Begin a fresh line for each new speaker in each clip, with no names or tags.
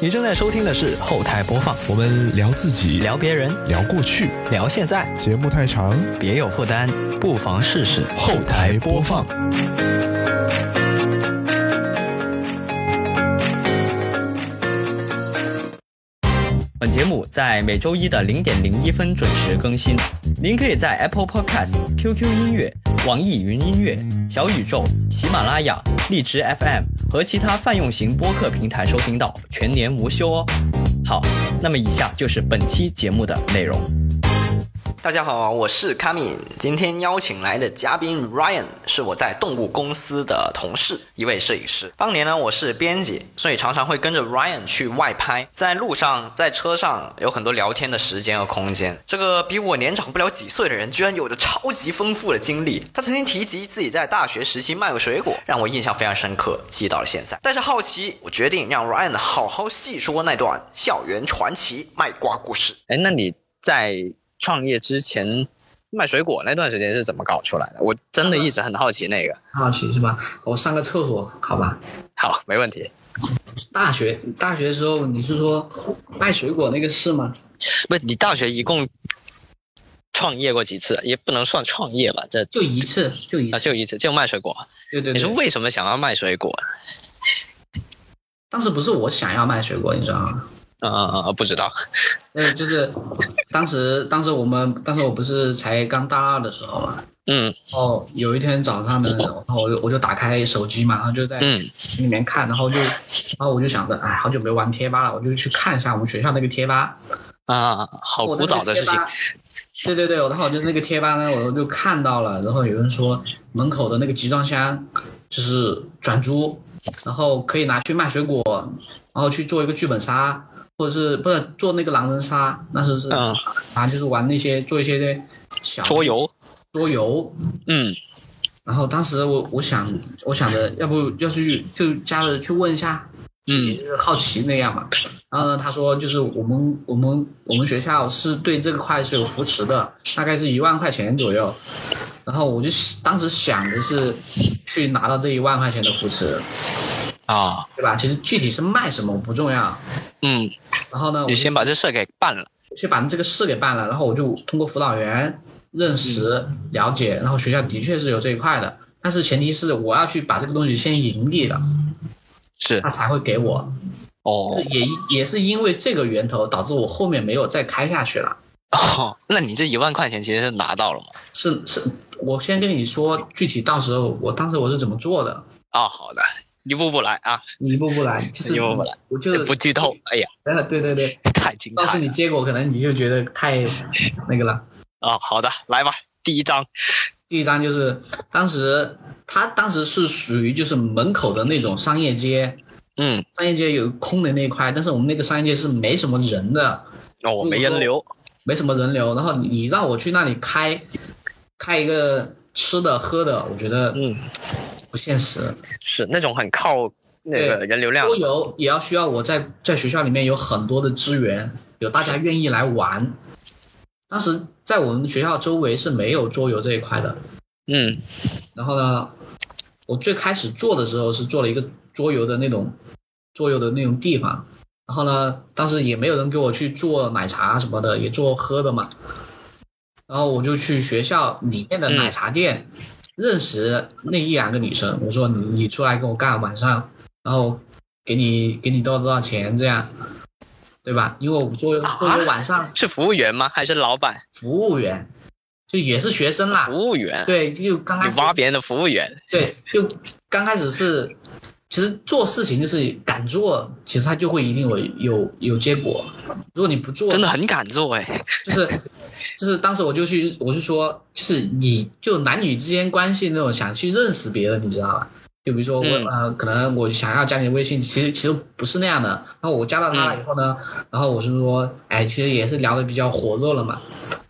你正在收听的是后台播放，
我们聊自己，
聊别人，
聊过去，
聊现在，
节目太长，
别有负担，不妨试试
后台播放。
本节目在每周一的零点零一分准时更新。您可以在 Apple Podcast、QQ 音乐、网易云音乐、小宇宙、喜马拉雅、荔枝 FM 和其他泛用型播客平台收听到，全年无休哦。好，那么以下就是本期节目的内容。大家好，我是卡敏。今天邀请来的嘉宾 Ryan 是我在动物公司的同事，一位摄影师。当年呢，我是编辑，所以常常会跟着 Ryan 去外拍，在路上、在车上有很多聊天的时间和空间。这个比我年长不了几岁的人，居然有着超级丰富的经历。他曾经提及自己在大学时期卖过水果，让我印象非常深刻，记到了现在。带着好奇，我决定让 Ryan 好好细说那段校园传奇卖瓜故事。哎，那你在？创业之前卖水果那段时间是怎么搞出来的？我真的一直很好奇那个。
好奇是吧？我上个厕所，好吧。
好，没问题。
大学大学的时候，你是说卖水果那个事吗？
不，你大学一共创业过几次？也不能算创业吧，这
就一次，就一
啊，就一次，就卖水果。
对对对。
你是为什么想要卖水果？
当时不是我想要卖水果，你知道吗？
嗯嗯嗯，不知道。
呃，就是当时，当时我们，当时我不是才刚大二的时候嘛。
嗯。
哦，有一天早上呢，然后我就我就打开手机嘛，然后就在
嗯
里面看，然后就，然后我就想着，哎，好久没玩贴吧了，我就去看一下我们学校那个贴吧。
啊，好古早的事情。
对对对，然后就是那个贴吧呢，我就看到了，然后有人说门口的那个集装箱就是转租，然后可以拿去卖水果，然后去做一个剧本杀。或者是不是做那个狼人杀，那是是啊，嗯、就是玩那些做一些小
桌游，
桌游，
嗯。
然后当时我我想我想着，要不要去就加了去问一下，
嗯，
好奇那样嘛。然后呢，他说就是我们我们我们学校是对这块是有扶持的，大概是一万块钱左右。然后我就当时想的是去拿到这一万块钱的扶持。
啊，oh.
对吧？其实具体是卖什么不重要，
嗯。
然后呢，
你先把这事给办了，
先把这个事给办了，然后我就通过辅导员认识、嗯、了解，然后学校的确是有这一块的，但是前提是我要去把这个东西先盈利了，
是
他才会给我。
哦，
也也是因为这个源头导致我后面没有再开下去了。
哦， 那你这一万块钱其实是拿到了吗？
是是，我先跟你说具体，到时候我当时我是怎么做的。
哦，好的。一步步来啊，
一步步来，就是
一步步来，
我就
不剧透。哎呀，
啊，对对对，
太精彩！
告诉你结果，可能你就觉得太那个了。
哦，好的，来吧，第一章。
第一章就是当时他当时是属于就是门口的那种商业街，
嗯，
商业街有空的那一块，但是我们那个商业街是没什么人的，
哦，
嗯
没人流，
没什么人流。然后你让我去那里开开一个吃的喝的，我觉得
嗯。
不现实，
是那种很靠那个人流量。
桌游也要需要我在在学校里面有很多的资源，有大家愿意来玩。当时在我们学校周围是没有桌游这一块的。
嗯。
然后呢，我最开始做的时候是做了一个桌游的那种桌游的那种地方。然后呢，当时也没有人给我去做奶茶什么的，也做喝的嘛。然后我就去学校里面的奶茶店。
嗯
认识那一两个女生，我说你你出来跟我干晚上，然后给你给你多少多少钱这样，对吧？因为我们做做一个晚上、啊、
是服务员吗？还是老板？
服务员，就也是学生啦。
服务员
对，就刚开始
挖别人的服务员。
对，就刚开始是，其实做事情就是敢做，其实他就会一定有有有结果。如果你不做，
真的很敢做哎、欸，
就是。就是当时我就去，我是说，就是你就男女之间关系那种想去认识别人，你知道吧？就比如说我、
嗯、
呃，可能我想要加你微信，其实其实不是那样的。然后我加到他了以后呢，嗯、然后我是说，哎，其实也是聊的比较火热了嘛。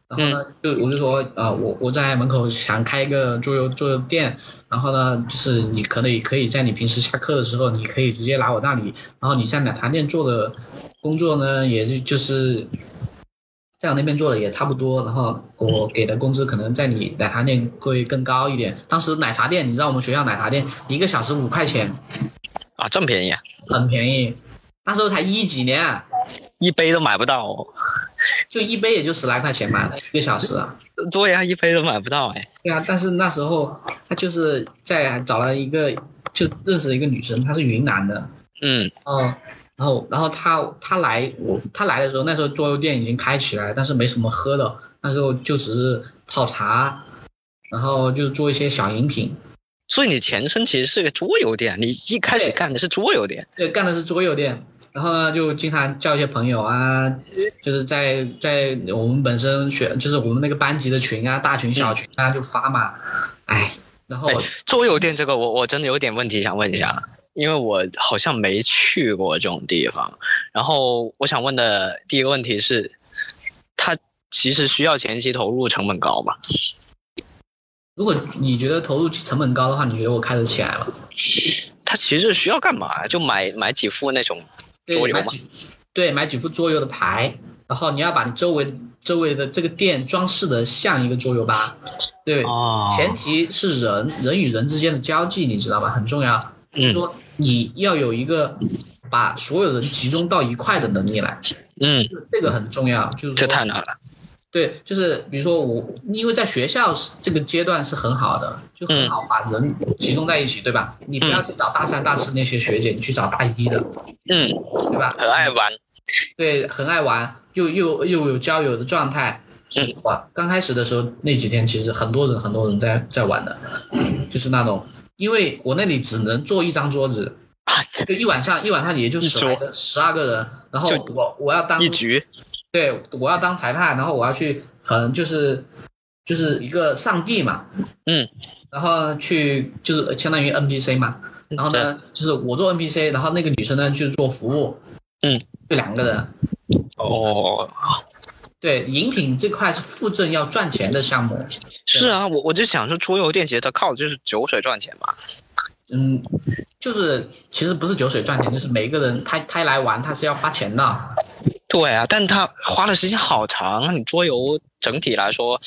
然后呢，就我就说，呃，我我在门口想开一个桌游桌游店，然后呢，就是你可能也可以在你平时下课的时候，你可以直接来我那里，然后你在奶茶店做的工作呢，也是就是。在我那边做的也差不多，然后我给的工资可能在你奶茶店会更高一点。当时奶茶店，你知道我们学校奶茶店一个小时五块钱，
啊，这么便宜、啊，
很便宜。那时候才一几年，
一杯都买不到、哦。
就一杯也就十来块钱吧，一个小时啊。
对呀、一杯都买不到哎。
对啊，但是那时候他就是在找了一个，就认识了一个女生，她是云南的，
嗯
哦，然后然后他他来我他来的时候，那时候桌游店已经开起来，但是没什么喝的，那时候就只是泡茶，然后就做一些小饮品。
所以你前身其实是个桌游店，你一开始
对
干的是桌游店。
对，干的是桌游店。然后呢，就经常叫一些朋友啊，就是在在我们本身学，就是我们那个班级的群啊，大群小群啊，就发嘛，哎，然后
嗯哎桌游店这个我，我真的有点问题想问一下，因为我好像没去过这种地方。然后我想问的第一个问题是，它其实需要前期投入成本高吗？
如果你觉得投入成本高的话，你觉得我开得起来吗？
它其实需要干嘛？就买买几副那种桌
对，
游
买
吗
几对买几副桌游的牌，然后你要把你周围周围的这个店装饰的像一个桌游吧。对，
哦
前提是人人与人之间的交际，你知道吗？很重要。就是
嗯
说你要有一个把所有人集中到一块的能力来，
嗯，
这个很重要。就是
这
说，
太难了。
对，就是比如说我，因为在学校是这个阶段是很好的，就
嗯
很好把人集中在一起，对吧？你不要去找大三、大四那些学姐，你去找大一的，
嗯，
对吧？
很爱玩。
对，很爱玩，又又又有交友的状态。
嗯，
哇，刚开始的时候那几天，其实很多人很多人在在玩的，就是那种，因为我那里只能坐一张桌子，
啊，这
就一晚上一晚上也就十来个十二个人，然后
就
我我要当
一局，
对，我要当裁判，然后我要去，可能就是就是一个上帝嘛，
嗯，
然后去就是相当于 NPC 嘛，
嗯
然后呢，就是我做 NPC，然后那个女生呢去做服务，
嗯，
就两个人。
哦，
对，饮品这块是附赠要赚钱的项目，
是啊，我我就想说，桌游店其实它靠的就是酒水赚钱嘛。
嗯，就是其实不是酒水赚钱，就是每一个人他他来玩他是要花钱的，
对啊，但它花的时间好长啊。你桌游整体来说，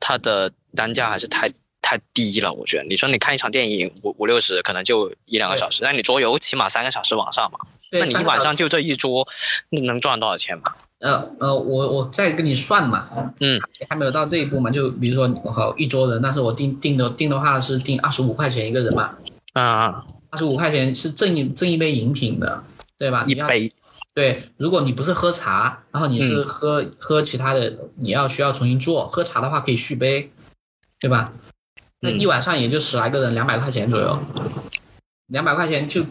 它的单价还是太太低了。我觉得，你说你看一场电影五五六十，可能就一两个小时，那你桌游起码三个小时往上嘛。
对，
那你
三
一
个
晚
小
上
时
就这一桌，你能赚多少钱嘛？
呃呃，我我再跟你算嘛，
嗯，
还没有到这一步嘛，就比如说我靠一桌人，但是我定定的定的话是定二十五块钱一个人嘛，
啊，
二十五块钱是赠一赠一杯饮品的，对吧？
一
你要
杯
对，如果你不是喝茶，然后你是
嗯
喝、喝其他的，你要需要重新做。喝茶的话可以续杯，对吧？那
嗯
一晚上也就十来个人，两百块钱左右，两百块钱就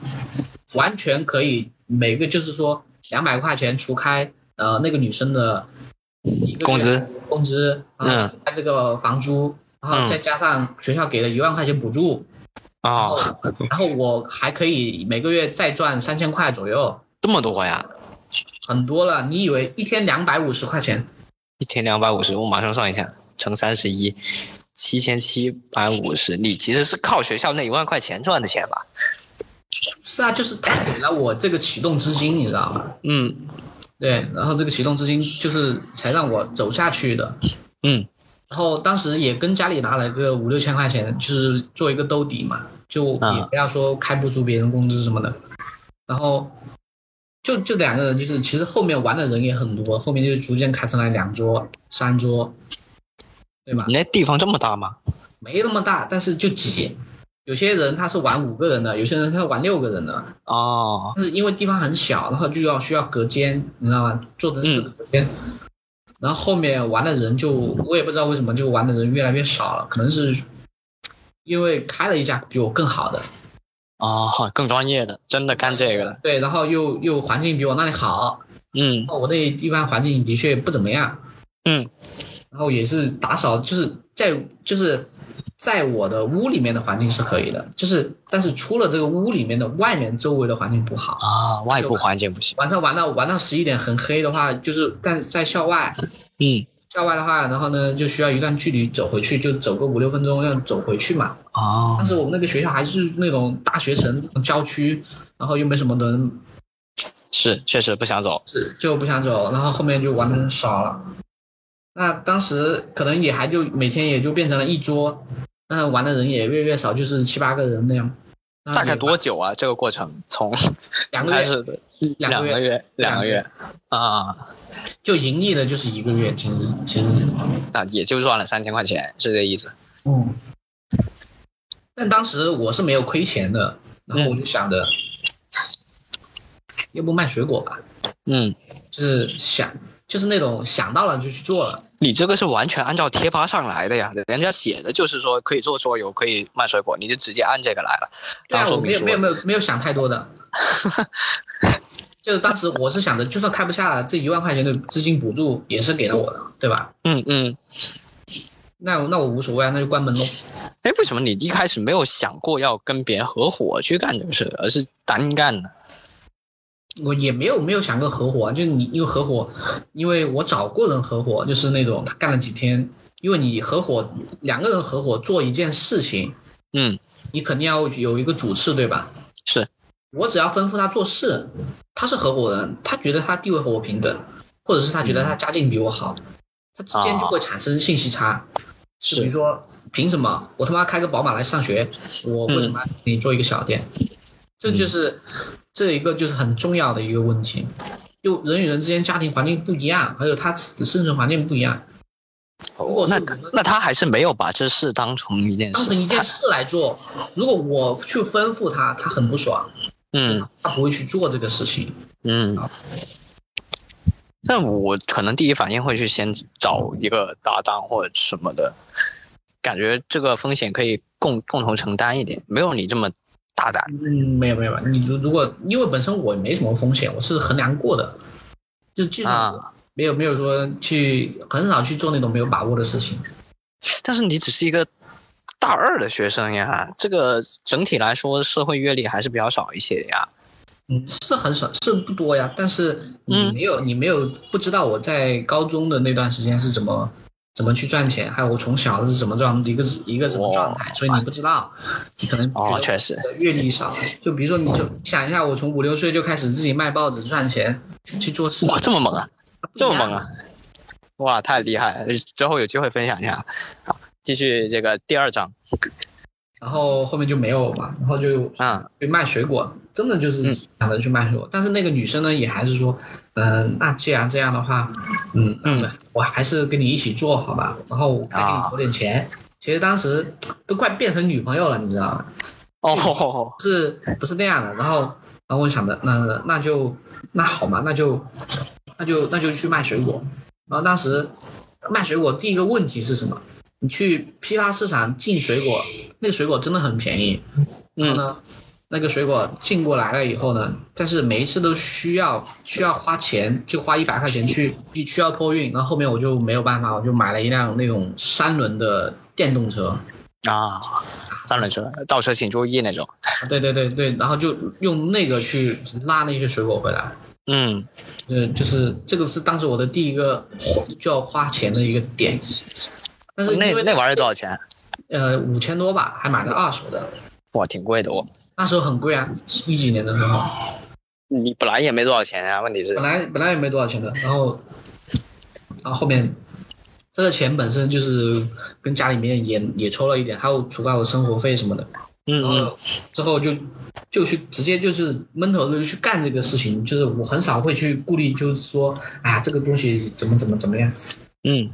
完全可以，每个就是说两百块钱除开呃那个女生的一个
工资
月工资，然后
嗯
除开这个房租，然
嗯
后再加上学校给的一万块钱补助，
啊、
然后然后我还可以每个月再赚三千块左右。
这么多呀！
很多了。你以为一天两百五十块钱？
一天两百五十，我马上算一下，乘三十一，七千七百五十。你其实是靠学校那一万块钱赚的钱吧？
是啊，就是他给了我这个启动资金，你知道吗？
嗯
对，然后这个启动资金就是才让我走下去的。
嗯，
然后当时也跟家里拿了个五六千块钱，就是做一个兜底嘛，就
啊
也不要说开不出别人工资什么的。然后就就两个人，就是其实后面玩的人也很多，后面就逐渐开成了两桌、三桌，对吧？
你那地方这么大吗？
没那么大，但是就挤。有些人他是玩五个人的，有些人他是玩六个人的，
哦，
但是因为地方很小，然后就要需要隔间，你知道吗？做成四个隔间。然后后面玩的人就我也不知道为什么就玩的人越来越少了，可能是因为开了一家比我更好的，
哦，更专业的，真的干这个的。
对，然后又又环境比我那里好，
嗯
然后我那地方环境的确不怎么样，
嗯，
然后也是打扫，就是在就是在我的屋里面的环境是可以的，就是但是出了这个屋里面的外面周围的环境不好。
啊，外部环境不行。
晚上玩到玩到十一点很黑的话，就是但在校外，
嗯
校外的话，然后呢就需要一段距离走回去，就走个五六分钟要走回去嘛。
哦
当，时我们那个学校还是那种大学城郊区，然后又没什么人，
是确实不想走。
是就不想走，然后后面就玩的人少了。那当时可能也还就每天也就变成了一桌，那玩的人也越来越少，就是七八个人那样。那
大概
也
多久啊？这个过程从
两个
开
月
始的
两
个
个月
月两个
两个
月
月
啊，
就盈利的就是一个月，其实其实
那也就赚了三千块钱，是这意思。
嗯，但当时我是没有亏钱的，然后我就想着，要不卖水果吧，
嗯，
就是想就是那种想到了就去做了。
你这个是完全按照贴吧上来的呀，人家写的就是说可以做桌游，可以卖水果，你就直接按这个来了。
对
当
啊，
时
我
没
没有
说
没有没有没有想太多 的，就是当时我是想着，就算开不下来，这一万块钱的资金补助也是给了我的，对吧？
嗯嗯，
那我那我无所谓啊，那就关门喽。
哎，为什么你一开始没有想过要跟别人合伙去干这个事，而是单干呢？
我也没有没有想过合伙啊，就是你因为合伙，因为我找过人合伙，就是那种他干了几天，因为你合伙两个人合伙做一件事情，
嗯，
你肯定要有一个主次，对吧？
是，
我只要吩咐他做事，他是合伙人，他觉得他地位和我平等，或者是他觉得他家境比我好，他之间就会产生信息差。就比如
是，
说，凭什么我他妈开个宝马来上学，我为什
嗯
么要给你做一个小店？这就是这一个就是很重要的一个问题，就人与人之间家庭环境不一样，还有他生存环境不一样，如果是
那
我们
那他还是没有把这事当成一件事，
当成一件事来做。如果我去吩咐他，他很不爽，
嗯
他不会去做这个事情。
嗯。那我可能第一反应会去先找一个搭档或者什么的，感觉这个风险可以共共同承担一点，没有你这么大胆。
嗯，没有没有，没有你如如果因为本身我没什么风险，我是衡量过的，就基本上
啊
没有没有说去很少去做那种没有把握的事情。
但是你只是一个大二的学生呀，这个整体来说社会阅历还是比较少一些呀。
嗯，是很少，是不多呀。但是你
嗯
没有，你没有不知道我在高中的那段时间是怎么怎么去赚钱，还有我从小是怎么赚一个一个什么状态，所以你不知道，你可能
哦
觉得
确实
我的阅历少。就比如说，你就想一下，我从五六岁就开始自己卖报纸赚钱去做事，
哇，这么猛啊！
不一
这
样
么猛啊！！哇，太厉害了！之后有机会分享一下。好，继续这个第二章。
然后后面就没有嘛，然后就
嗯
去卖水果，真的就是
嗯
想着去卖水果。但是那个女生呢，也还是说，嗯、那既然这样的话，嗯
嗯，
我还是跟你一起做好吧，然后我再给你
啊
投点钱。其实当时都快变成女朋友了，你知道吗？
哦，
是不是那样的？然后，然后我想着，那那就那好嘛，那就那就那就去卖水果。然后当时卖水果第一个问题是什么？你去批发市场进水果，那个水果真的很便宜。然
嗯
后呢，那个水果进过来了以后呢，但是每一次都需要需要花钱，就花一百块钱去需要托运。然后后面我就没有办法，我就买了一辆那种三轮的电动车。
啊，三轮车倒车请注意那种。
对对对对，然后就用那个去拉那些水果回来。
嗯，
嗯，就是这个是当时我的第一个花就要花钱的一个点，但是
哦那
因为
那玩意儿多少钱？
呃五千多吧，还买了二手的，
哇，挺贵的哦。
那时候很贵啊，一几年的时候，
你本来也没多少钱啊，问题是
本，来本来也没多少钱的，然后然后后面这个钱本身就是跟家里面也也抽了一点，还有除开我生活费什么的，
嗯
然
嗯
后之后就就去直接就是闷头的去干这个事情，就是我很少会去顾虑，就是说，哎呀，这个东西怎么怎么怎么样。
嗯，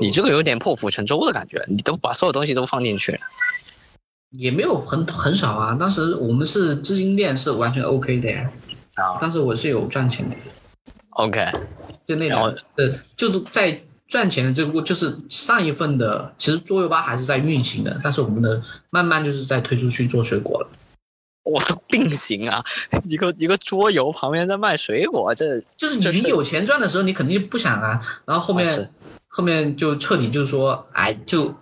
你这个有点破釜沉舟的感觉，你都把所有东西都放进去了。
也没有很很少啊，当时我们是资金链是完全 OK 的呀，
啊
当时我是有赚钱的，
，OK，
就那
然后
两呃，就是在赚钱的这个过，就是上一份的，其实桌游吧还是在运行的，但是我们的慢慢就是在推出去做水果了。
我都并行啊， 一个一个桌游旁边在卖水果，这
就是
这
你
是
有钱赚的时候，你肯定就不想啊。然后后面、
啊是
后面就彻底就是说，哎，就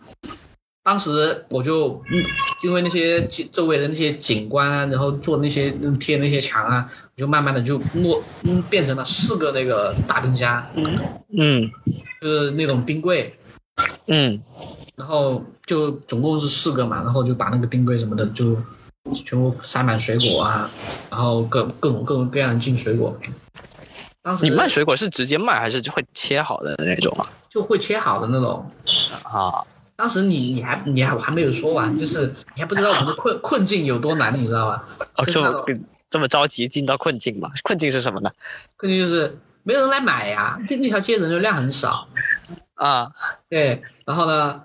当时我就嗯，因为那些景周围的那些景观啊，然后做那些嗯贴那些墙啊，我就慢慢的就落嗯变成了四个那个大冰箱，
嗯
就是那种冰柜，
嗯
然后就总共是四个嘛，然后就把那个冰柜什么的就全部塞满水果啊，然后各各种各种各样的进水果。当时
你卖水果是直接卖还是会切好的那种啊？
就会切好的那种，
啊，
当时你你还你还我还没有说完，就是你还不知道我们的困困境有多难，你知道吧？
哦，这
就是那
么这么着急进到困境嘛？困境是什么呢？
困境就是没有人来买呀、那那条街人流量很少。
啊，
对，然后呢，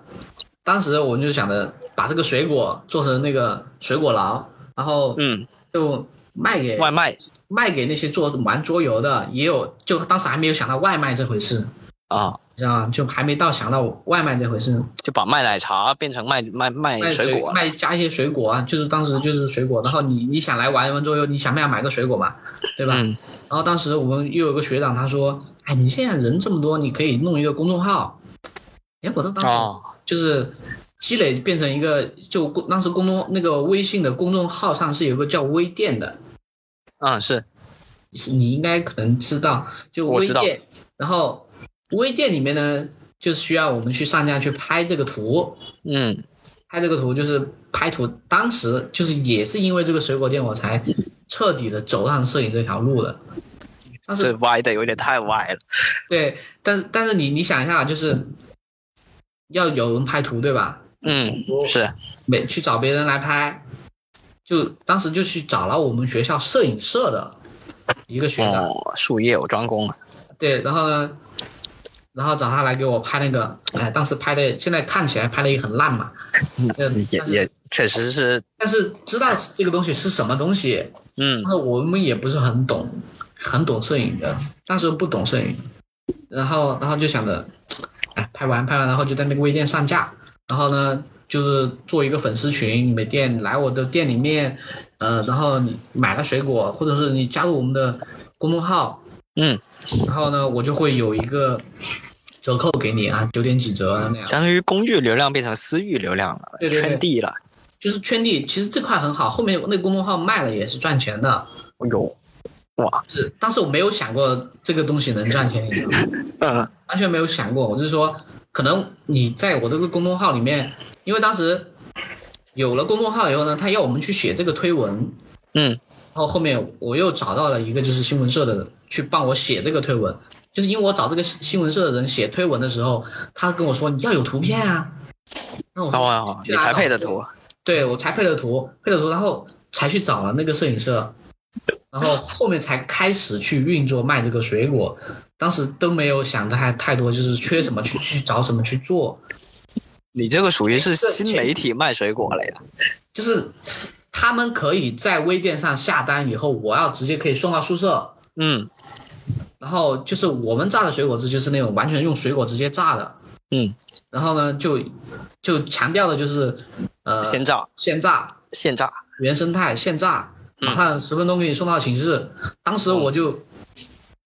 当时我们就想着把这个水果做成那个水果牢，然后
嗯，
就卖给、
外卖
卖给那些做玩桌游的，也有就当时还没有想到外卖这回事，你
啊，
知道吗？就还没到想到外卖这回事，
就把卖奶茶变成卖卖卖
卖
哎水果了，
卖加一些水果啊，就是当时就是水果，然后你你想来玩玩桌游，你想不想买个水果嘛，对吧？
嗯
然后当时我们又有个学长，他说：“哎，你现在人这么多，你可以弄一个公众号。”哎，我都当时
哦，
就是积累变成一个，就公当时公众那个微信的公众号上是有个叫微店的，
嗯是
是你应该可能知道，就
我
微
知道
店。然后微店里面呢，就是需要我们去上架去拍这个图，
嗯
拍这个图就是拍图。当时就是也是因为这个水果店，我才彻底的走上摄影这条路的。当时
这歪的有点太歪了，
对，但是但是你你想一下，啊就是要有人拍图对吧？
嗯
哦
是
没去找别人来拍，就当时就去找了我们学校摄影社的一个学长，
哦，术业有专攻啊，
对，然后呢，然后找他来给我拍那个，哎，当时拍的，现在看起来拍的也很烂嘛，
嗯
嗯 但是
也也确实是，
但是知道这个东西是什么东西，
嗯
但是我们也不是很懂，很懂摄影的，当时不懂摄影，然后然后就想着，哎，拍完拍完，然后就在那个微店上架，然后呢，就是做一个粉丝群，你们店来我的店里面，呃，然后你买了水果，或者是你加入我们的公众号，
嗯，
然后呢，我就会有一个折扣给你啊，九点几折啊那样，
相当于公域流量变成私域流量了，
对对对
圈地了，
就是圈地，其实这块很好，后面那个公众号卖了也是赚钱的，
有哇，
是，当时我没有想过这个东西能赚钱，你知道吗？
嗯
完全没有想过，我是说，可能你在我这个公众号里面，因为当时有了公众号以后呢，他要我们去写这个推文，然
嗯
后后面我又找到了一个就是新闻社的去帮我写这个推文，就是因为我找这个新闻社的人写推文的时候，他跟我说你要有图片啊，那我说、
哦，
去
你
哪
才
找
配的图，
对我才配了图，配了图，然后才去找了那个摄影社，然后后面才开始去运作卖这个水果。当时都没有想太太多，就是缺什么去去找什么去做，
你这个属于是
哎这
新
这
媒体卖水果了呀，
就是他们可以在微店上下单以后，我要直接可以送到宿舍。
嗯
然后就是我们榨的水果汁，就是那种完全用水果直接榨的。
嗯，
然后呢，就就强调的就是，呃，
现榨
现榨，
现榨，
原生态现榨，
嗯哦
马上十分钟给你送到寝室。当时我就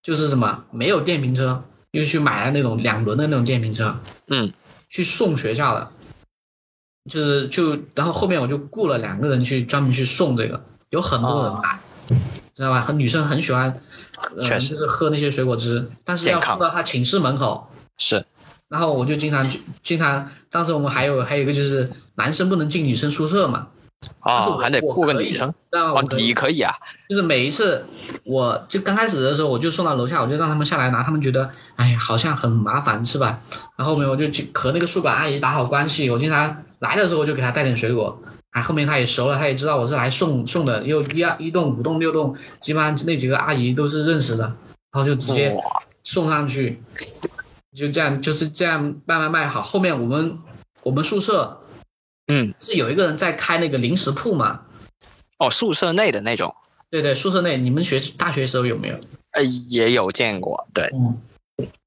就是什么没有电瓶车，又去买了那种两轮的那种电瓶车
嗯
去送学校的，就是就然后后面我就雇了两个人去专门去送这个，有很多人买。知道吧？很女生很喜欢，呃，
哦确实
就是喝那些水果汁，但是要
健康
送到她寝室门口，
是
然后我就经常去，经常，当时我们还有还有一个就是男生不能进女生宿舍嘛，但是
哦，
我
还得
我
雇个
可以
女生
知道吗？
哦
我，可以
你可以啊，
就是每一次，我就刚开始的时候，我就送到楼下，我就让他们下来拿，他们觉得，哎呀，好像很麻烦，是吧？然后后面我就去和那个宿管阿姨打好关系，我经常来的时候我就给她带点水果，哎，后面她也熟了，她也知道我是来送送的，因为一二一栋、五栋、六栋，基本上那几个阿姨都是认识的，然后就直接
哇，
送上去，就这样就是这样慢慢卖好。后面我们我们宿舍
嗯，
是有一个人在开那个零食铺嘛，
哦，宿舍内的那种，
对对，宿舍内，你们学大学时候有没有？
呃，也有见过，对，
嗯。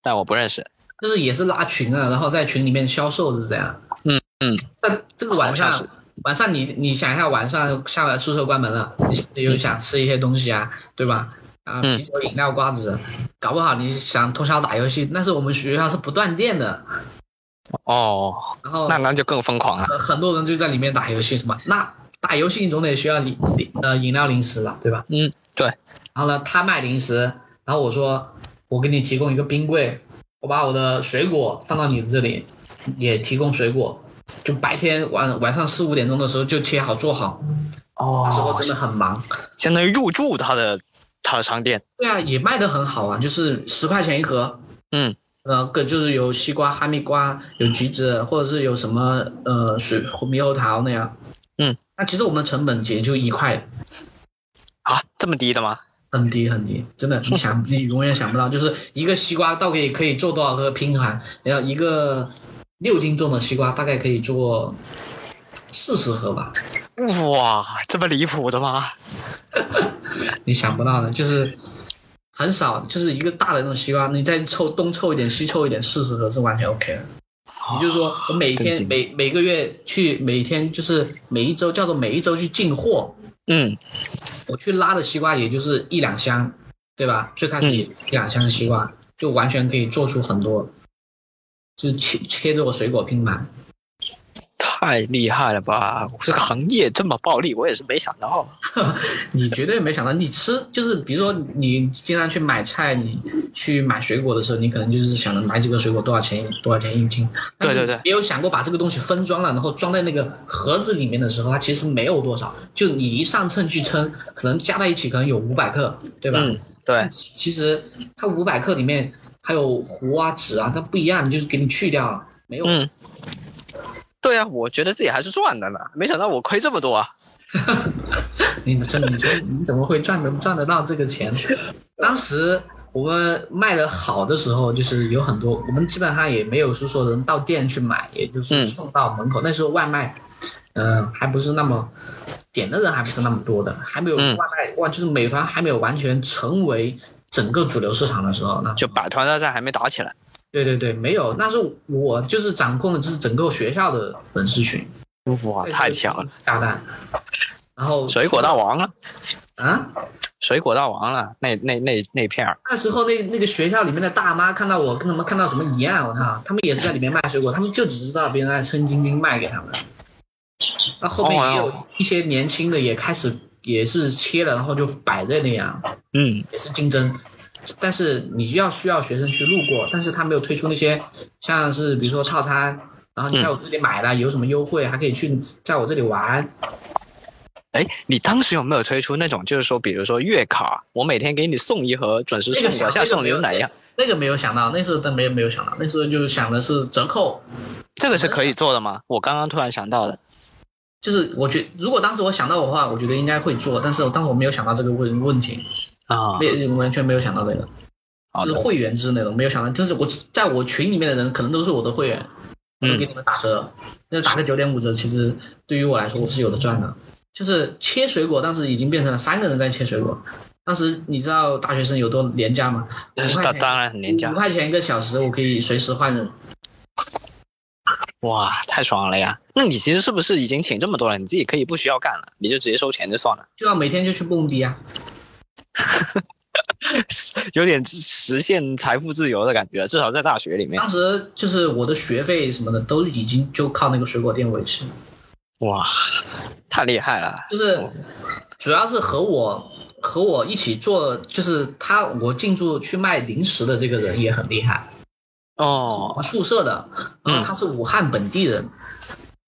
但我不认识，
就是也是拉群啊，然后在群里面销售是这样。
嗯嗯。
但这个晚上
好像是，
晚上你你想一下，晚上下了宿舍关门了，你是不是又想吃一些东西啊，对吧？啊，
嗯
啤酒、饮料、瓜子，搞不好你想通宵打游戏，但是我们学校是不断电的，
哦，
然后
那那就更疯狂了，
很很多人就在里面打游戏什么，那打游戏你总得需要饮饮呃饮料零食吧，对吧？
嗯，对，
然后呢，他卖零食，然后我说我给你提供一个冰柜，我把我的水果放到你这里，也提供水果，就白天晚晚上四五点钟的时候就切好做好，那时候
哦，
真的很忙。
相当于入驻他的他的商店，
对啊，也卖得很好啊，就是十块钱一盒，
嗯，
呃，各就是有西瓜、哈密瓜、有橘子，或者是有什么呃水猕猴桃那样。
嗯，
那其实我们成本也就一块，
啊，这么低的吗？
很低很低，真的，你想 你永远想不到，就是一个西瓜到底可以做多少个拼盘？然后一个六斤重的西瓜大概可以做四十盒吧，
哇，这么离谱的吗？
你想不到的，就是很少，就是一个大的那种西瓜，你再凑东凑一点，西凑一点，四十盒是完全 OK 的。也就是说，我每
啊真
天
行
每每个月去，每天就是每一周，叫做每一周去进货，
嗯
我去拉的西瓜也就是一两箱，对吧？最开始
嗯
也一两箱的西瓜，就完全可以做出很多，就是切切这个水果拼盘。
太厉害了吧！这个行业这么暴利，我也是没想到。啊
你绝对没想到，你吃就是比如说你经常去买菜，你去买水果的时候，你可能就是想着买几个水果多少钱多少钱一斤，但是
对对对
没有想过把这个东西分装了，然后装在那个盒子里面的时候，它其实没有多少，就你一上秤去称，可能加在一起可能有五百克，对吧？
嗯，对
但，其其实它五百克里面还有糊啊、纸啊，它不一样，你就是给你去掉了，没有。
嗯，对啊，我觉得自己还是赚的呢，没想到我亏这么多啊。
你这你这你怎么会赚能赚得到这个钱？当时我们卖的好的时候，就是有很多，我们基本上也没有是说人到店去买，也就是
嗯
送到门口。那时候外卖，嗯、还不是那么点的人还不是那么多的，还没有外
嗯
卖哇，就是美团还没有完全成为整个主流市场的时候，那
就百团大战还没打起来。
对对对，没有，那是我就是掌控的就是整个学校的粉丝群，
哇，太强了，，
炸弹。然后
水果大王了，
啊，
水果大王了，那那那那片儿，
那时候那那个学校里面的大妈看到我跟他们看到什么一样，我操，他们也是在里面卖水果，他们就只知道别人在称斤斤卖给他们。那后面
哦
也有
哎
一些年轻的也开始也是切了，然后就摆在那样，
嗯，
也是竞争。但是你要需要学生去路过，但是他没有推出那些像是比如说套餐，然后你在我这里买
嗯
的有什么优惠，还可以去在我这里玩。
哎，你当时有没有推出那种，就是说，比如说月卡，我每天给你送一盒，准时
那
送
个想
我下
那个
送
没有
牛奶呀，
那个没有想到，那时候真没有没有想到，那时候就想的是折扣，
这个是可以做的吗？我刚刚突然想到的，
就是我觉，如果当时我想到的话，我觉得应该会做，但是我当时我没有想到这个问问题，
啊，
没完全没有想到这个，
好
就是
的，
会员制那种，没有想到，就是我在我群里面的人可能都是我的会员，我
嗯
就给你们打折，那、打个九点五折，其实对于我来说我是有的赚的。就是切水果，当时已经变成了三个人在切水果，当时你知道大学生有多廉价吗？
但是
五块
当
钱
当然很廉价
五，块钱一个小时，我可以随时换人。
哇，太爽了呀！那你其实是不是已经请这么多了？你自己可以不需要干了，你就直接收钱就算了，
就要每天就去蹦迪啊！
有点实现财富自由的感觉，至少在大学里面，
当时就是我的学费什么的都已经就靠那个水果店维持，
哇，太厉害了，
就是主要是和我和我一起做，就是他我进驻去卖零食的这个人也很厉害，
哦
我，宿舍的，然后他是武汉本地人，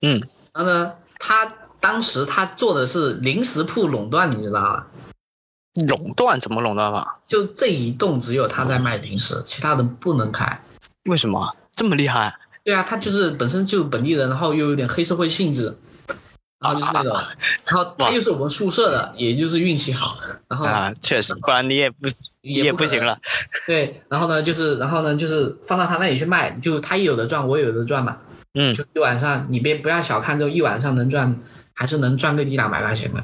嗯，
然后呢，他当时他做的是零食铺垄断，你知道吧？
垄断怎么垄断法？
就这一栋只有他在卖零食，其他人不能开。
为什么这么厉害？
对啊，他就是本身就本地人，然后又有点黑社会性质，然后就是那种，然后他又是我们宿舍的，也就是运气好，然后
啊，确实，不然你也不
嗯也
也
不
不
可能
行了。
对，然后呢就是，然后呢就是放到他那里去卖，就他也有的赚，我也有的赚嘛，
嗯，
就一晚上你别不要小看这一晚上能赚，还是能赚个一两百块钱的。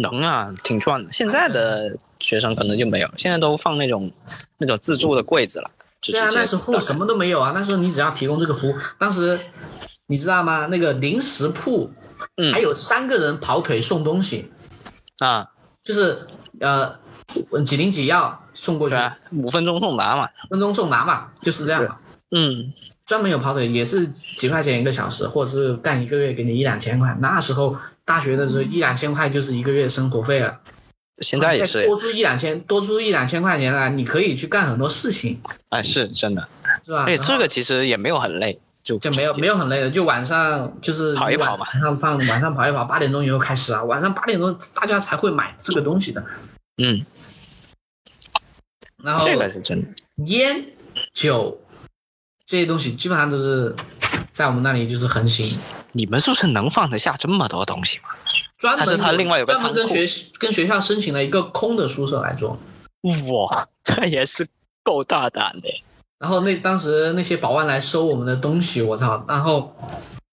能啊，挺赚的。现在
嗯
的学生可能就没有，现在都放那种那种自助的柜子了。就
对啊
直，接
那时候什么都没有啊，那时候你只要提供这个服务，当时你知道吗？那个零食铺
嗯
还有三个人跑腿送东西。
啊，
就是呃几零几要送过去
对，啊，五分钟送达嘛。
分钟送达嘛，就是这样嘛。
嗯，
专门有跑腿，也是几块钱一个小时，或者是干一个月给你一两千块。那时候大学的时候，一两千块就是一个月生活费了。
现在也
再
是
多出一两千，多出一两千块钱来，你可以去干很多事情，
哎，是真的。
是吧？
而且
然后
哎这个其实也没有很累，就
啊就没有没有很累的，就晚上就是
跑一跑嘛
晚上放晚上跑一跑，八点钟以后开始啊，晚上八点钟大家才会买这个东西的。
嗯，
然后哦
这个是真的。
烟、酒、这些东西基本上都是在我们那里就是横行，
你们是不是能放得下这么多东西吗？
专门
还是他另外有个
专门跟
仓库
学跟学校申请了一个空的宿舍来做。
哇，这也是够大胆的。
然后那当时那些保安来收我们的东西，我操！然后，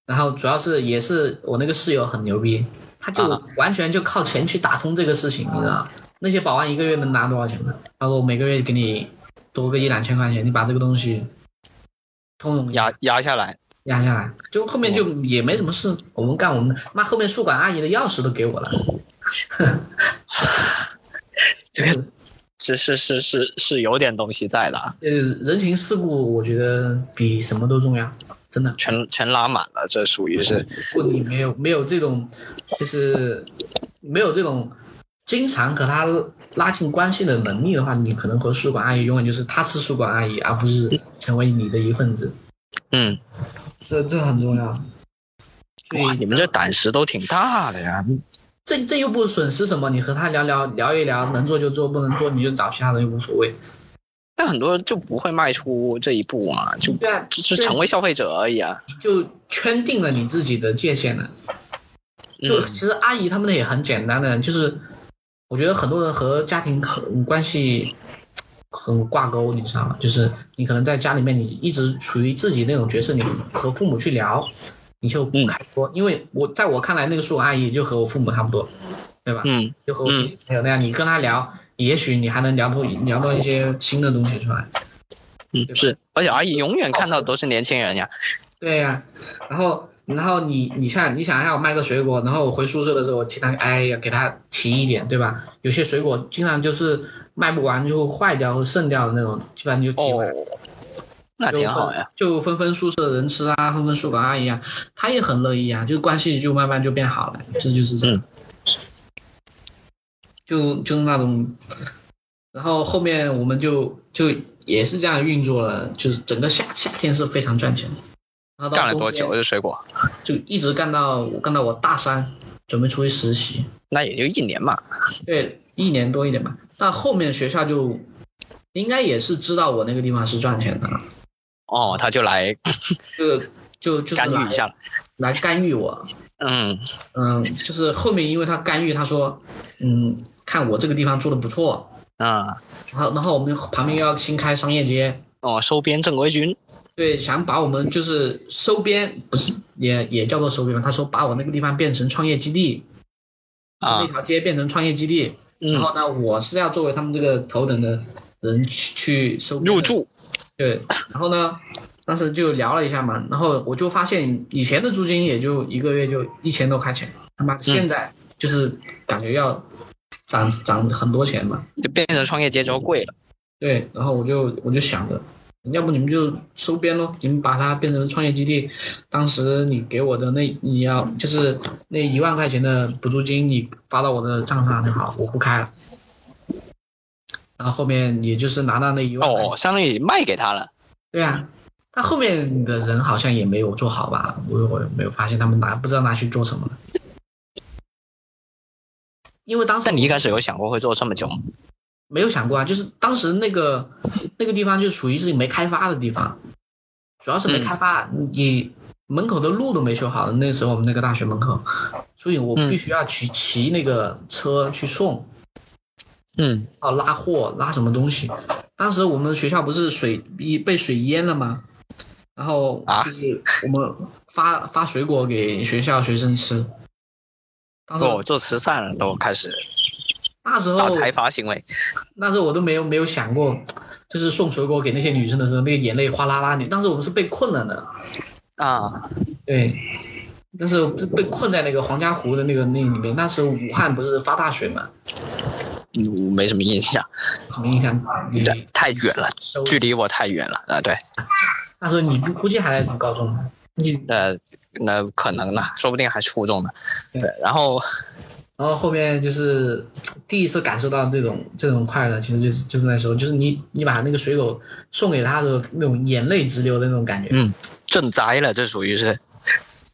然后主要是也是我那个室友很牛逼，他就
啊
完全就靠钱去打通这个事情，你知道？那些保安一个月能拿多少钱呢？他说我每个月给你多个一两千块钱，你把这个东西通融
压压下来，
压下来，就后面就也没什么事，我们干我们的。妈，后面宿管阿姨的钥匙都给我了，就是
是是是是是有点东西在的啊，
呃人情世故，我觉得比什么都重要，真的。
全全拉满了，这属于是
如果你没有没有这种，就是没有这种经常和他拉近关系的能力的话，你可能和宿管阿姨永远就是她是宿管阿姨，而不是成为你的一份子。
嗯，
这这很重要。所
哇，
以
你们这胆识都挺大的呀。
这这又不损失什么，你和他聊聊聊一聊，能做就做，不能做你就找其他人又无所谓。
但很多人就不会迈出这一步嘛，就
对啊，
就就成为消费者而已啊。
就圈定了你自己的界限了。就
嗯
其实阿姨他们的也很简单的，就是我觉得很多人和家庭很关系很挂钩，你知道吗？就是你可能在家里面，你一直处于自己那种角色，你和父母去聊，你就
嗯
不开脱，因为我在我看来，那个树阿姨就和我父母差不多，对吧？
嗯
就和我亲戚朋友那样，你跟他聊，也许你还能聊出聊到一些新的东西出来。
嗯，是，而且阿姨永远看到的都是年轻人呀。
对呀、然后然后你你看你想让我卖个水果，然后我回宿舍的时候，我经常哎呀给他提一点，对吧？有些水果经常就是卖不完就坏掉或剩掉的那种，基本上就寄回
哦
来。，
那
就
挺
分
好呀。，
就分分宿舍的人吃啊，分分宿管阿姨啊，他也很乐意啊，就关系就慢慢就变好了，这就是
嗯
这样，就就是那种，然后后面我们就就也是这样运作了，就是整个夏夏天是非常赚钱的，然后到
干了
冬
多
天
久这水果？
就一直干到我干到我大三，准备出去实习，
那也就一年嘛。
对，一年多一点吧。但后面学校就应该也是知道我那个地方是赚钱的了，
哦，他就来
就就就是
干预
来
一下了。
来干预我，
嗯，
嗯，就是后面因为他干预，他说，嗯，看我这个地方做的不错，
啊，
然后然后我们旁边要新开商业街，
哦，收编正规军。
对，想把我们就是收编，不是也也叫做收编吗？他说把我那个地方变成创业基地，
啊
那条街变成创业基地，然
嗯，
后呢，我是要作为他们这个头等的人去去收编的
入住。
对，然后呢，当时就聊了一下嘛，然后我就发现以前的租金也就一个月就一千多块钱，他
嗯
妈现在就是感觉要涨涨很多钱嘛。
就变成创业街之后贵了。
对，然后我就我就想着，要不你们就收编咯，你们把它变成创业基地。当时你给我的那你要就是那一万块钱的补助金，你发到我的账上就好，我不开了。然后后面也就是拿到那一万块钱
哦，相当于卖给他了。
对啊，但后面的人好像也没有做好吧？我我也没有发现他们拿不知道拿去做什么了，因为当时
但你一开始有想过会做这么久吗？
没有想过啊，就是当时那个那个地方就属于是没开发的地方，主要是没
嗯
开发，你门口的路都没修好。那时候我们那个大学门口，所以我
嗯
必须要去骑那个车去送。
嗯，
哦，拉货拉什么东西？当时我们学校不是水一被水淹了吗？然后
啊
就是我们发、发水果给学校学生吃。当时、
哦，做慈善了都开始
那时候
大财阀行为。
那时候我都没有没有想过，就是送水果给那些女生的时候，那个眼泪哗啦啦流。当时我们是被困了的，
啊，
对，但是被困在那个黄家湖的那个那里面。那时候武汉不是发大水嘛？
嗯我没什么印象，
什么印象？你
太远了，
收
距离我太远了啊。对，
那时候你估计还在读高中吧，你
呃，那可能呢，说不定还初中呢。嗯
对
对，然后
然后后面就是第一次感受到这种这种快乐，其实就是就是那时候，就是你你把那个水果送给他的时候，那种眼泪直流的那种感觉。
嗯，赈灾了，这属于是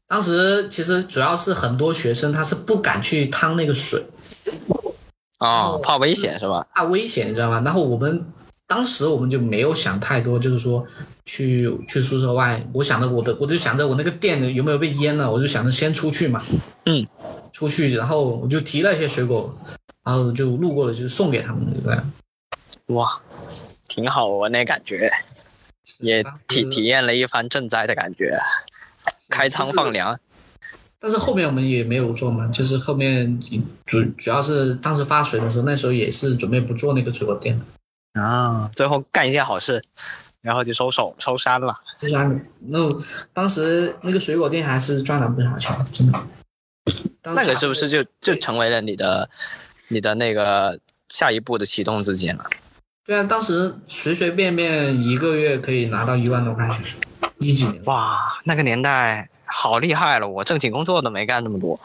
当时其实主要是很多学生他是不敢去趟那个水，
哦
哦，
啊怕危险是吧？
怕危险，你知道吗？然后我们当时我们就没有想太多，就是说去去宿舍外，我想着我的，我就想着我那个店有没有被淹了，我就想着先出去嘛，
嗯，
出去，然后我就提了一些水果，然后就路过了就送给他们，就这样。
哇，挺好玩的感觉，也体体验了一番赈灾的感觉，开仓放粮。
但是后面我们也没有做嘛，就是后面主主要是当时发水的时候，那时候也是准备不做那个水果店，
啊，最后干一件好事，然后就收手收山了。
就是还没那我当时那个水果店还是赚了不少钱，真的。当时
那个是不是就就
对
成为了你的你的那个下一步的启动资金了？
对啊，当时随随便便一个月可以拿到一万多块钱，一几年？
哇，那个年代好厉害了，我正经工作都没干那么多，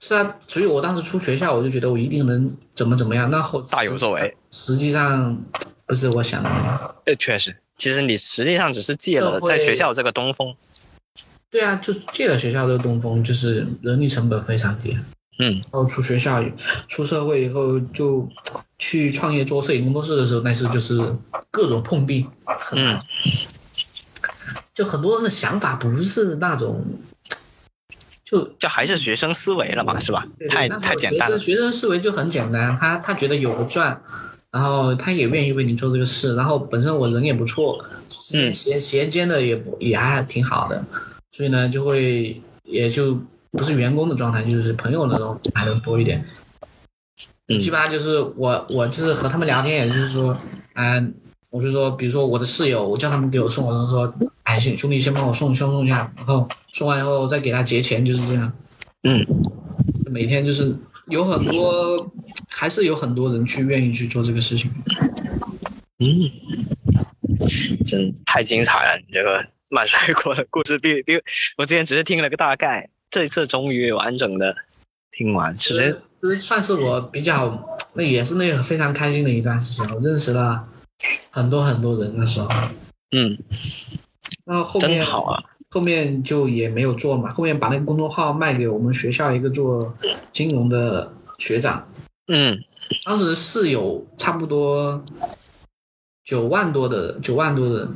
是啊，所以我当时出学校，我就觉得我一定能怎么怎么样。那后
大有作为。
实际上不是我想的那样。
呃，确实，其实你实际上只是借了
社会
在学校这个东风。
对啊，就借了学校的东风，就是人力成本非常低。
嗯，
然后出学校、出社会以后，就去创业做摄影工作室的时候，那时候就是各种碰壁，很难
嗯
就很多人的想法不是那种，就
就还是学生思维了嘛，是吧？
嗯对对
太
那时候
太简单了
学生。学生思维就很简单，他他觉得有个赚，然后他也愿意为你做这个事，然后本身我人也不错，
嗯
衔衔接的也不也还挺好的，所以呢就会也就不是员工的状态，就是朋友那种还能多一点。
嗯
基本上就是我我就是和他们聊天，也就是说，嗯、我就说，比如说我的室友，我叫他们给我送，我就说，哎，兄兄弟先帮我送，先送一下，然后送完以后再给他结钱，就是这样。
嗯，
每天就是有很多，还是有很多人去愿意去做这个事情。
嗯，真太精彩了！你这个卖水果的故事，比比我之前只是听了个大概，这次终于完整的听完。其
这
实，
这算是我比较，那也是那个非常开心的一段时间。我认识了很多很多人那时候，
嗯，
然后后
真
面
好啊！
后面就也没有做嘛，后面把那个公众号卖给我们学校一个做金融的学长，
嗯，
当时是有差不多九万多的九万多人，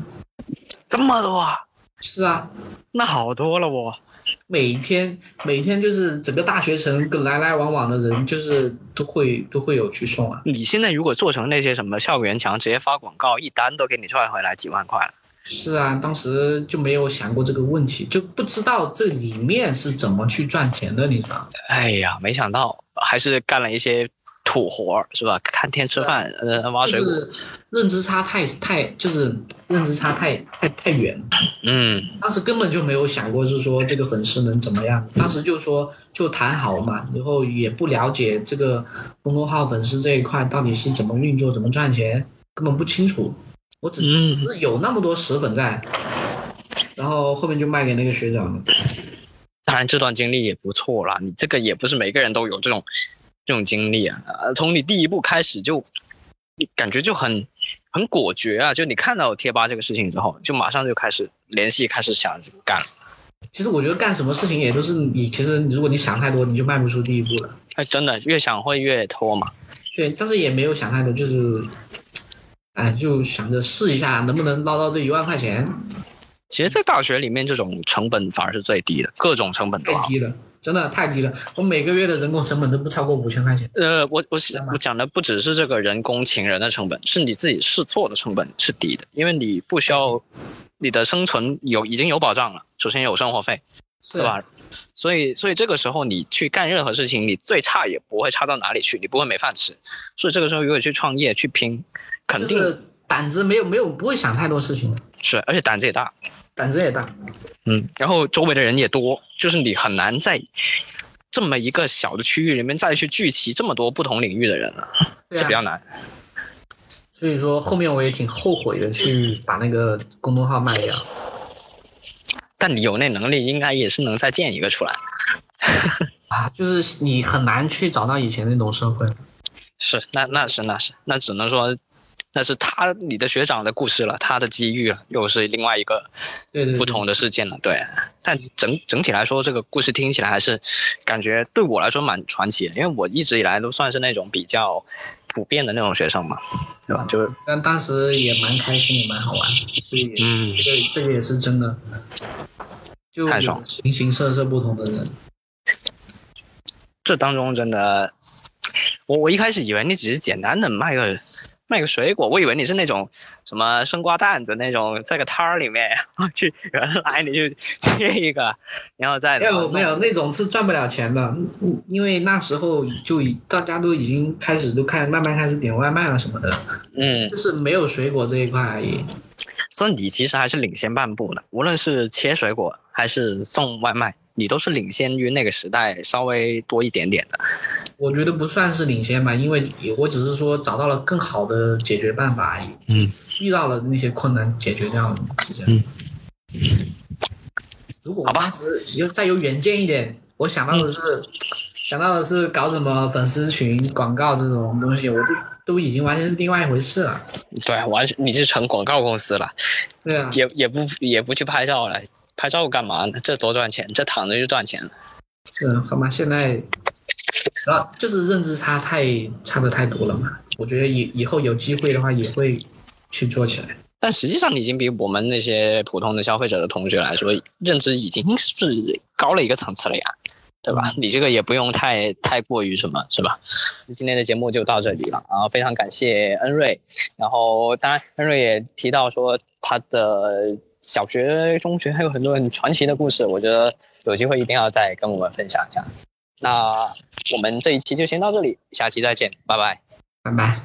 这么多，啊，
是啊，
那好多了我。
每天每天就是整个大学城跟来来往往的人，就是都会都会有去送啊。
你现在如果做成那些什么校园墙，直接发广告，一单都给你赚回来几万块了。
是啊，当时就没有想过这个问题，就不知道这里面是怎么去赚钱的，你知道吗？
哎呀，没想到还是干了一些土活儿，是吧？看天吃饭，呃，挖水
啊就
果。
是认知差太太，就是认知差太太太远了。
嗯
当时根本就没有想过是说这个粉丝能怎么样，当时就说就谈好嘛，然后也不了解这个公众号粉丝这一块到底是怎么运作、怎么赚钱，根本不清楚。我只
嗯
只是有那么多石粉在，然后后面就卖给那个学长了。
当然这段经历也不错啦，你这个也不是每个人都有这种这种经历啊。呃从你第一步开始就，你感觉就很很果决啊，就你看到贴吧这个事情之后，就马上就开始联系，开始想干了。
其实我觉得干什么事情也都是你，其实如果你想太多，你就迈不出第一步了。
哎，真的越想会越拖嘛。
对，但是也没有想太多，就是，哎，就想着试一下能不能捞到这一万块钱，
其实，在大学里面，这种成本反而是最低的，各种成本都
太
好。
低了，真的太低了。我每个月的人工成本都不超过五千块钱。
呃，我我是
是吗
我讲的不只是这个人工请人的成本，是你自己试错的成本是低的，因为你不需要
嗯
你的生存有已经有保障了，首先有生活费，
是
对吧？？所以，所以这个时候你去干任何事情，你最差也不会差到哪里去，你不会没饭吃。所以这个时候如果去创业去拼，肯定
就是胆子没有没有不会想太多事情的，
是，而且胆子也大，
胆子也大。
嗯，然后周围的人也多，就是你很难在这么一个小的区域里面再去聚齐这么多不同领域的人了，
对
是比较
啊，
难。
所以说后面我也挺后悔的，去把那个公众号卖掉。
但你有那能力，应该也是能再建一个出来。
啊，就是你很难去找到以前那种社会，
是，那那是那是，那只能说那是他你的学长的故事了，他的机遇了，又是另外一个
对对对
不同的事件了。对，但整整体来说，这个故事听起来还是感觉对我来说蛮传奇的，因为我一直以来都算是那种比较普遍的那种学生嘛，对吧？就是
但当时也蛮开心，也蛮好玩，这也、
嗯
这个这个也是真的，就
太爽
有形形色色不同的人，
这当中真的，我我一开始以为你只是简单的卖个卖个水果，我以为你是那种什么生瓜蛋子那种，在个摊儿里面去，原来你就切一个，然后再
没有没有那种是赚不了钱的，嗯嗯因为那时候就已大家都已经开始都开慢慢开始点外卖了什么的，
嗯，
就是没有水果这一块而已。
所以你其实还是领先半步的，无论是切水果还是送外卖，你都是领先于那个时代稍微多一点点的。
我觉得不算是领先吧，因为我只是说找到了更好的解决办法而已。
嗯，
遇到了那些困难解决掉了，是这样。如果我
好吧
当时有再有远见一点，我想到的是，想到的是搞什么粉丝群广告这种东西，我这都已经完全是另外一回事了。
对，啊完你是成广告公司了，
对啊，
也也不也不去拍照了，拍照干嘛呢？这多赚钱，这躺着就赚钱了。
是啊好吗？现在，主要就是认知差太差的太多了嘛。我觉得以以后有机会的话，也会去做起来。
但实际上，你已经比我们那些普通的消费者的同学来说，认知已经是高了一个层次了呀，对吧？你这个也不用太太过于什么，是吧？今天的节目就到这里了啊，非常感谢恩瑞。然后，当然，恩瑞也提到说他的小学、中学还有很多很传奇的故事，我觉得有机会一定要再跟我们分享一下。那我们这一期就先到这里，下期再见，拜拜。
拜拜。